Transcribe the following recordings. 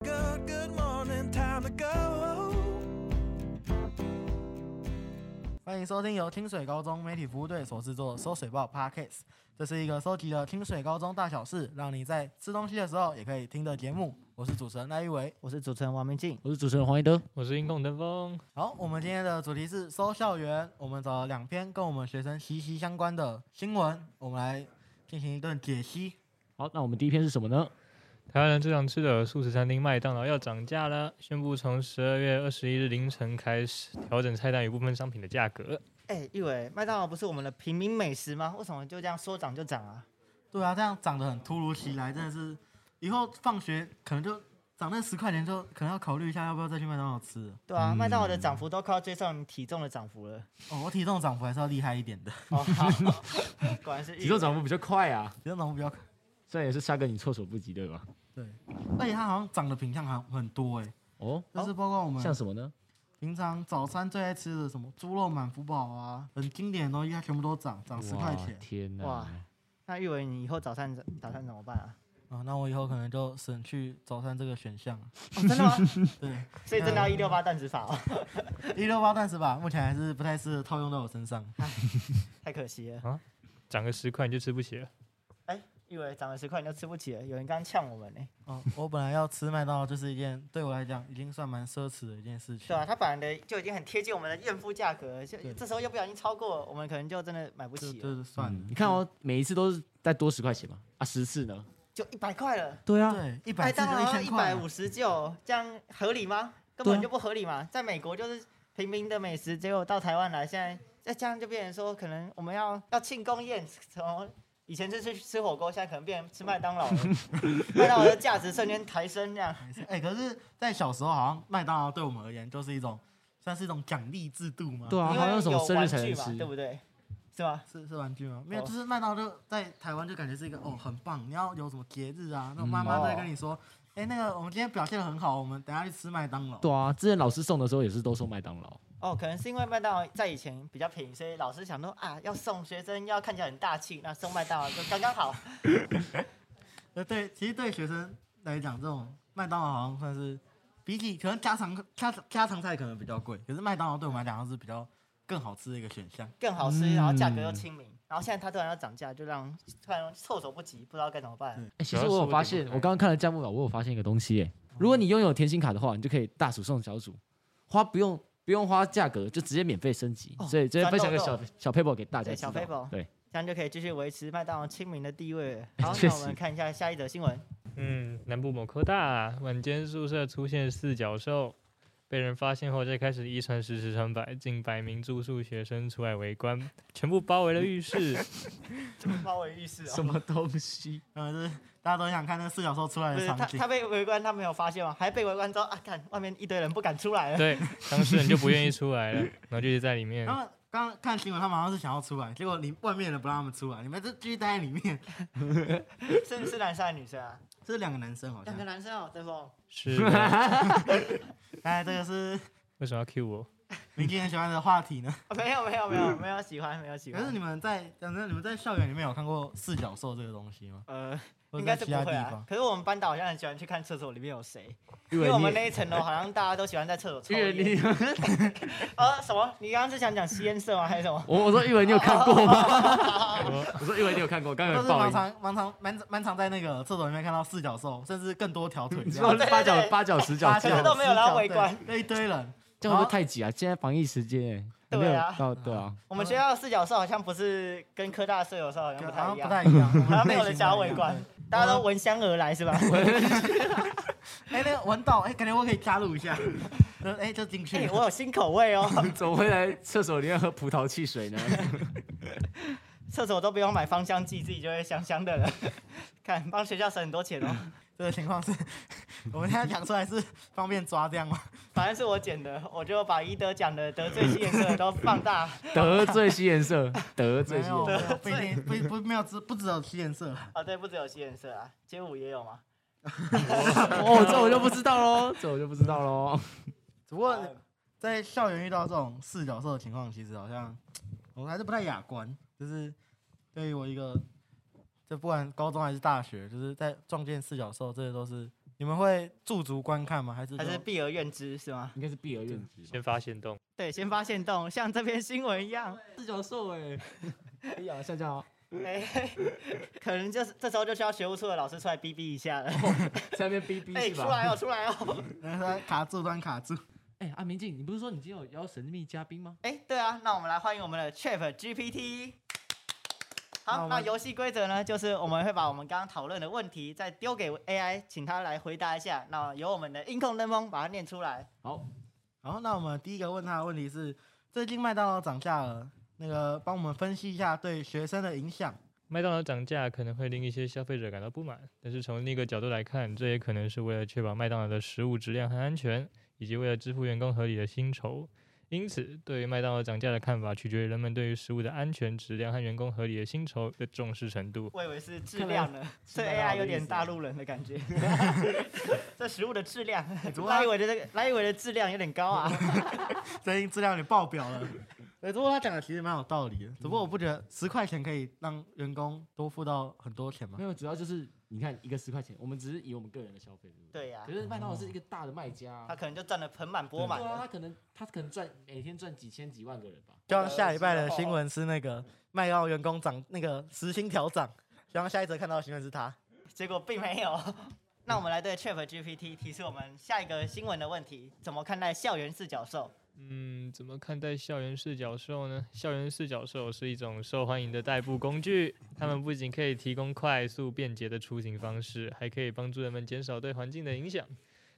good morning, time to go. 欢迎收听由清水高中媒体服务队所制作的《收水报》Podcast，这是一个收集了清水高中大小事，让你在吃东西的时候也可以听的节目。我是主持人赖玉维。我是主持人王明静。我是主持人黄一德，我是音控登峰，好，我们今天的主题是收校园，我们找了两篇跟我们学生息息相关的新闻，我们来进行一顿解析。好，那我们第一篇是什么呢？台湾人最常吃的素食餐厅麦当劳要涨价了，宣布从十二月二十一日凌晨开始调整菜单与部分商品的价格。哎，玉伟，麦当劳不是我们的平民美食吗？为什么就这样说涨就涨啊？对啊，这样涨得很突如其来，真的是以后放学可能就涨那十块钱，就可能要考虑一下要不要再去麦当劳吃了。对啊，麦当劳的涨幅都快要追上体重的涨幅了。哦，我体重涨幅还是要厉害一点的，哦， 好，果然是玉伟体重涨幅比较快啊，体重涨幅比较虽然也是杀个你措手不及，对吧？对，而且它好像涨的品相还很多哎、哦，就是包括我们像什么呢？平常早餐最爱吃的什么猪肉满福宝啊，很经典的东西，它全部都涨，涨十块钱哇天哪！嗯哇那玉伟，你以后早餐打算怎么办啊？啊。那我以后可能就省去早餐这个选项了。哦，真的吗？对，所以真的要一六八断食法哦，一六八但是吧，目前还是不太适合套用到我身上。太可惜了。涨个十块你就吃不起了，哎，玉伟涨了十块你都吃不起了，有人刚刚呛我们呢。哦，我本来要吃麦当劳，就是一件对我来讲已经算蛮奢侈的一件事情。对啊，它本来的就已经很贴近我们的怨妇价格了，就对这时候又不小心超过，我们可能就真的买不就起了，就是算了。嗯你看哦，每一次都是再多十块钱嘛，啊，十次呢？就一百块了。对啊，对，一百麦次就当劳一要千一块，百五十九，这样合理吗？根对啊本就不合理嘛！在美国就是平民的美食，结果到台湾来，现在再这样就变成说，可能我们要要庆功宴，从以前是去吃火锅，现在可能变成吃麦当劳了，麦当劳的价值瞬间抬升，这样哎、可是，在小时候好像麦当劳对我们而言就是一种，算是一种奖励制度嘛。对啊，因好像为什有么生玩日才具能嘛，吃，对不对？是吧？是是玩具吗？没有，哦就是麦当劳就在台湾就感觉是一个哦很棒，你要有什么节日啊，那种妈妈嗯都会跟你说，哎、那个我们今天表现的很好，我们等下去吃麦当劳。对啊，之前老师送的时候也是都送麦当劳，哦，可能是因为麦当劳在以前比较便宜，所以老师想说啊，要送学生要看起来很大气，那送麦当劳就刚刚好。呃，对，其实对学生来讲，这种麦当劳好像算是比起可能家常家家常菜可能比较贵，可是麦当劳对我们来讲好像是比较更好吃的一个选项。更好吃，然后价格又嗯亲民，然后现在它突然要涨价，就让突然措手不及，不知道该怎么办。嗯哎，其主要实是我有我发点不现，开我刚刚看了价目表，啊我有发现一个东西，哎，如果你拥有甜心卡的话，你就可以大鼠送小鼠，花不用不用花价格，就直接免费升级。哦所以这边分享个钻小豆小 paper 给大家对知小道。 paper 对，这样就可以继续维持麦当劳亲民的地位了。好，确那实我们看一下下一则新闻。嗯，南部某科大晚间宿舍出现四脚兽，被人发现后，再开始一传十，十传百，近百名住宿学生出来围观，全部包围了浴室。这么包围浴室什？么东西？嗯，就是大家都很想看那四小兽出来不的是场他，景他。被围观，他没有发现吗？还被围观之后啊，看外面一堆人不敢出来了。对，当事人就不愿意出来了，然后就一直在里面他。们刚刚看新闻，他们好像是想要出来，结果你外面的人不让他们出来，你们就继续待在里面。 是是男生还是女生啊？这是两个男生好像两个。男生哦，对不？是的，哎，这个是为什么要 cue 我？明天很喜欢的话题呢。啊没有没有没有没有喜欢没有喜可是欢你。们在，讲真，你们在校园里面有看过四角兽这个东西吗？呃，或应者该在是其不他会地啊方。。可是我们班导好像很喜欢去看厕所里面有谁，因因为我们那一层楼好像大家都喜欢在厕所抽因为烟。 你，啊，什么？你刚刚是想讲吸烟社吗？还是什么？我我说玉文你有看过吗？我说玉文你有看过，刚刚都有是报蛮应。常、蛮常、蛮蛮常在那个厕所里面看到四角兽，甚至更多条腿你这知样道对对哦八角对八角十角八这角样可是都没有人要围对观那一堆人。这样会不会太挤啊？现在防疫时间，哎，没对有啊到对啊，我们学校的四角兽好像不是跟科大的社友兽好像不好像太一不样，太一样，好像没有人想要围观对。，大家都闻香而 来是吧？哎，那个闻到，哎，感觉我可以加入一下， 就哎，就进去哎，。我有新口味哦，怎么会来厕所里面喝葡萄汽水呢？ 厕所都不用买芳香剂，自己就会香香的了。 看，帮学校省很多钱哦。这个情况是， 我们现在讲出来是方便抓这样吗？反正是我捡的，我就把一德讲的得罪吸颜色的都放大。 得罪吸颜色，得罪没吸有，颜没色。有不一定，不不没有只不只有七颜色，哦，对，不只有吸颜色啊，街舞也有吗？哦，这我就不知道喽，这我就不知道喽。只不过哦在校园遇到这种四角兽的情况，其实好像我还是不太雅观。就是对于我一个，就不管高中还是大学，就是在撞见四角兽，这些都是你们会驻足观看吗？还是还是就避而怨之是吗？应该是避而远之吧。先发现动，对，先发现洞，像这篇新闻一样，四角兽哎，哎呀，下降哦，哎、 可能就是这时候就需要学务处的老师出来逼逼一下了。哦下面逼逼哎、是出吧？来哦，出来哦！卡住端卡住？ 哎，阿明静，你不是说你今天有邀神秘嘉宾吗？哎、对啊，那我们来欢迎我们的 Chat GPT。那好，我们那游戏规则呢，就是我们会把我们刚刚讨论的问题再丢给 AI，请他来回答一下。那由我们的音控灯光把它念出来。好，好，那我们第一个问他的问题是：最近麦当劳涨价了，那个帮我们分析一下对学生的影响。 麦当劳涨价可能会令一些消费者感到不满，但是从另一个角度来看，这也可能是为了确保麦当劳的食物质量和安全，以及为了支付员工合理的薪酬。因此，对于麦当劳涨价的看法，取决于人们对于食物的安全、质量和员工合理的薪酬的重视程度。我以为是质看来量呢，这麦当劳 AI 的有意点思啊大陆人的 感觉。这食物的质量，哎主赖以为的这个赖以为的质量有点高啊。 最近质量有点爆表了。对，不过他讲的其实蛮有道理的，只不过我不觉得十块钱可以让员工多付到很多钱嘛没。有，主要就是你看一个十块钱，我们只是以我们个人的消费，对不对？对呀、可是麦当劳是一个大的卖家啊，他可能就赚的盆满钵对满啊，了。他可能他可能赚每天赚几千几万个人 吧。希望下礼拜的啊新闻是那个麦当劳员工涨那个时薪调涨，希望下一则看到的新闻是他。结果并没有。那我们来对 Chat GPT 提出我们下一个新闻的问题：怎么看待校园四角兽？嗯，怎么看待校园四角兽呢？校园四角兽是一种受欢迎的代步工具，它们不仅可以提供快速便捷的出行方式，还可以帮助人们减少对环境的影响。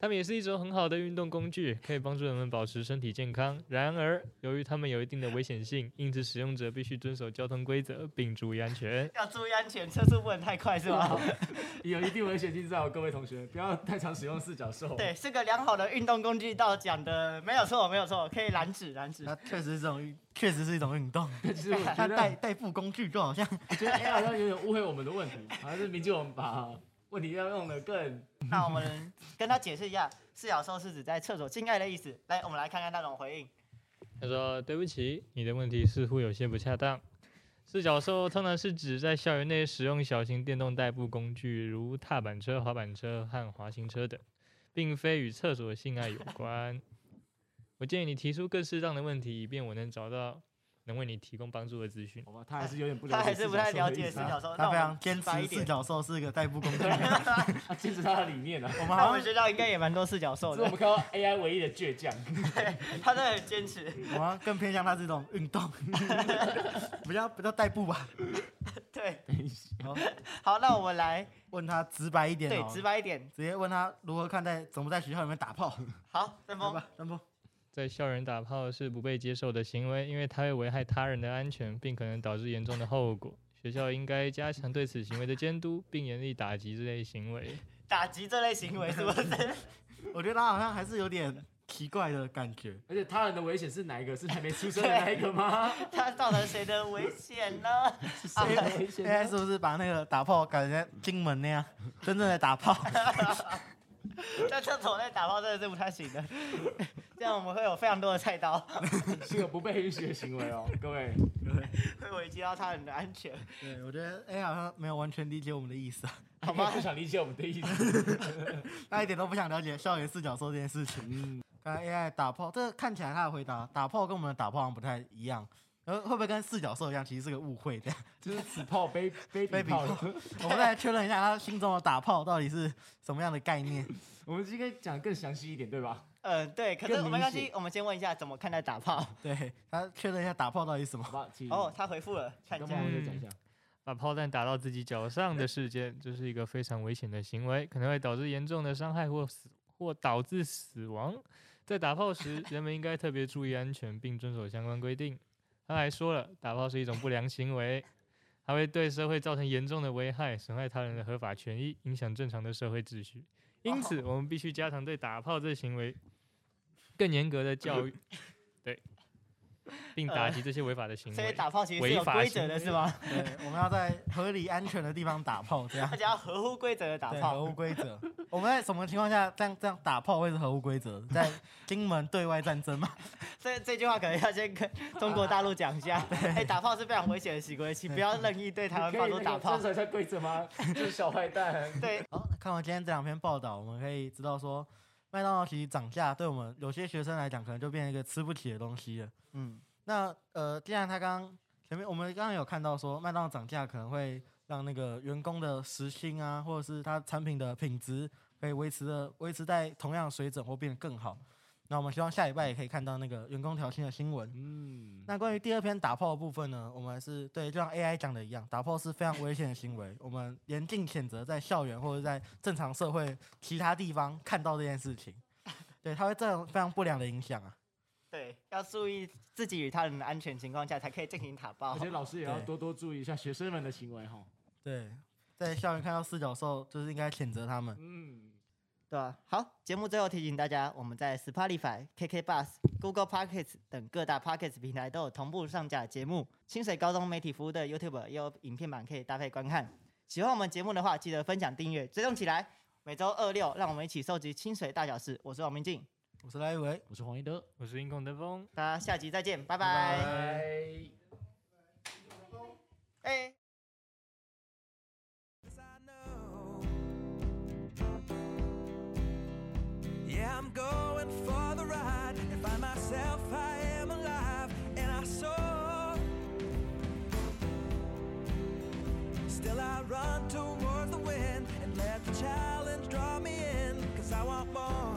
它们也是一种很好的运动工具，可以帮助人们保持身体健康。然而，由于它们有一定的危险性，因此使用者必须遵守交通规则并注意安全。要注意安全，车速不能太快，是吧？有一定危险性在哦，各位同学，不要太常使用四角兽。 对，是个良好的运动工具，到讲的没有错，没有错，可以染指染指。那确实是一种运，确实是一种运动。但其实啊我觉 他得，代代步工具就好像我觉得 AI 好像有点误会我们的问题，好像是明镜我们把问题要用的更那我们跟他解释一下，四角兽是指在厕所性爱的意思。来，我们来看看他怎么回应。他说：“对不起，你的问题似乎有些不恰当。四角兽通常是指在校园内使用小型电动代步工具，如踏板车、滑板车和滑行车等，并非与厕所性爱有关。我建议你提出更适当的问题，以便我能找到能为你提供帮助的资讯。好吧，他还是有点不了解，他还是不太了解四四角兽的意思啊角兽，那他我非们常坚直白持一四点。角兽是个代步工 具。 他坚持他的理念啊。我们那我好们像学校应该也蛮多四角 兽这是我的们，看到 AI 唯一的倔强。他真的很坚持。我们好像更偏向它这种运 动，比较比较代步吧。对，等一下，好， 好，那我们来问他直白一点对哦，直白一点。直接问他如何看待怎么在学校里面打炮。好，顺好风，吧，三波，在校园打炮是不被接受的行为，因为它会危害他人的安全，并可能导致严重的后果。学校应该加强对此行为的监督，并严厉打击这类行为。”打击这类行为是不 是？我觉得他好像还是有点奇怪的感觉。而且他人的危险是哪一个？是还没出生的那一个 吗？他造成谁的危险呢？是啊谁的危险现呢？在是不是把那个打炮改成像金门那样，真正的打炮？在厕所内打炮真的是不太行的， 这样我们会有非常多的菜刀，是个不被允许的行为哦，各位。 会危及到他人的安全。对，我觉得 A 好像没有完全理解我们的意思，啊 好吧，不想理解我们的意思。他一点都不想了解校园四角兽这件事情。嗯，刚才 AI 打炮，这看起来他的回答打炮跟我们的打炮好像不太一样，呃，会不会跟四角兽一样，其实是个误会的？ 就是此炮非非彼 Baby 炮。我们再来确认一下他心中的打炮到底是什么样的概念。 我们应该讲更详细一点，对吧？嗯、对。可是更我们关明系，我们先问一下怎么看待打炮。对他确认一下打炮到底是什么好。吧，请哦，，他回复了，看一刚下刚。我就讲一下，把炮弹打到自己脚上的事件，这是一个非常危险的行为，可能会导致严重的伤害或死或导致死亡。在打炮时，人们应该特别注意安全，并遵守相关规定。他还说了，打炮是一种不良行为，它会对社会造成严重的危害，损害他人的合法权益，影响正常的社会秩序。因此，哦我们必 须加强对打炮这行为更严格的教育。对，并打击这些违法的行所以为。打炮其实是违有法规行则的为是吗？对，我们要在合理安全的地方打炮，这样而且要合乎规则的打对炮合。乎规则。我们在什么情况下这样这样打炮会是合乎规则？在金门对外战争嘛？这这句话可能要先跟中国大陆讲一下，哎、打炮是非常危险的行为，请不要任意对台湾发出打炮。守一下规则吗？就是小坏蛋。对，好，哦那看完今天这两篇报道，我们可以知道说，麦当劳其实涨价对我们有些学生来讲，可能就变成一个吃不起的东西了。嗯，那呃，既然他刚前面我们刚刚有看到说，麦当劳涨价可能会让那个员工的时薪啊，或者是他产品的品质可以维持的维持在同样水准或变得更好。那我们希望下礼拜也可以看到那个员工调薪的新闻。嗯，那关于第二篇打炮的部分呢，我们还是对，就像 AI 讲的一样，打炮是非常危险的行为，我们严禁谴责在校园或者在正常社会其他地方看到这件事情，对，它会造成非常不良的影响啊。对，要注意自己与他人的安全情况下才可以进行打我炮觉。得老师也要对多多注意一下学生们的行为哈。对，在校园看到四脚兽，就是应该谴责他们。嗯，对啊，好，节目最后提醒大家，我们在 Spotify、KK Bus、Google p o c k e t 等各大 p o c k e t 平台都有同步上架节目。清水高中媒体服务的 YouTube 也有影片版可以搭配观看。喜欢我们节目的话，记得分享、订阅、追踪起来。每周二六，让我们一起收集清水大小事。我是王明静，我是赖伟。我是黄一德，我是音控登峰。大家下集再见，拜拜拜。拜。哎、 Yes, I know. Yeah, I'm going for the ride, and by myself I am alive, and I soar. Still, I run towards the wind and let the challenge draw me in, cause I want more. Oh,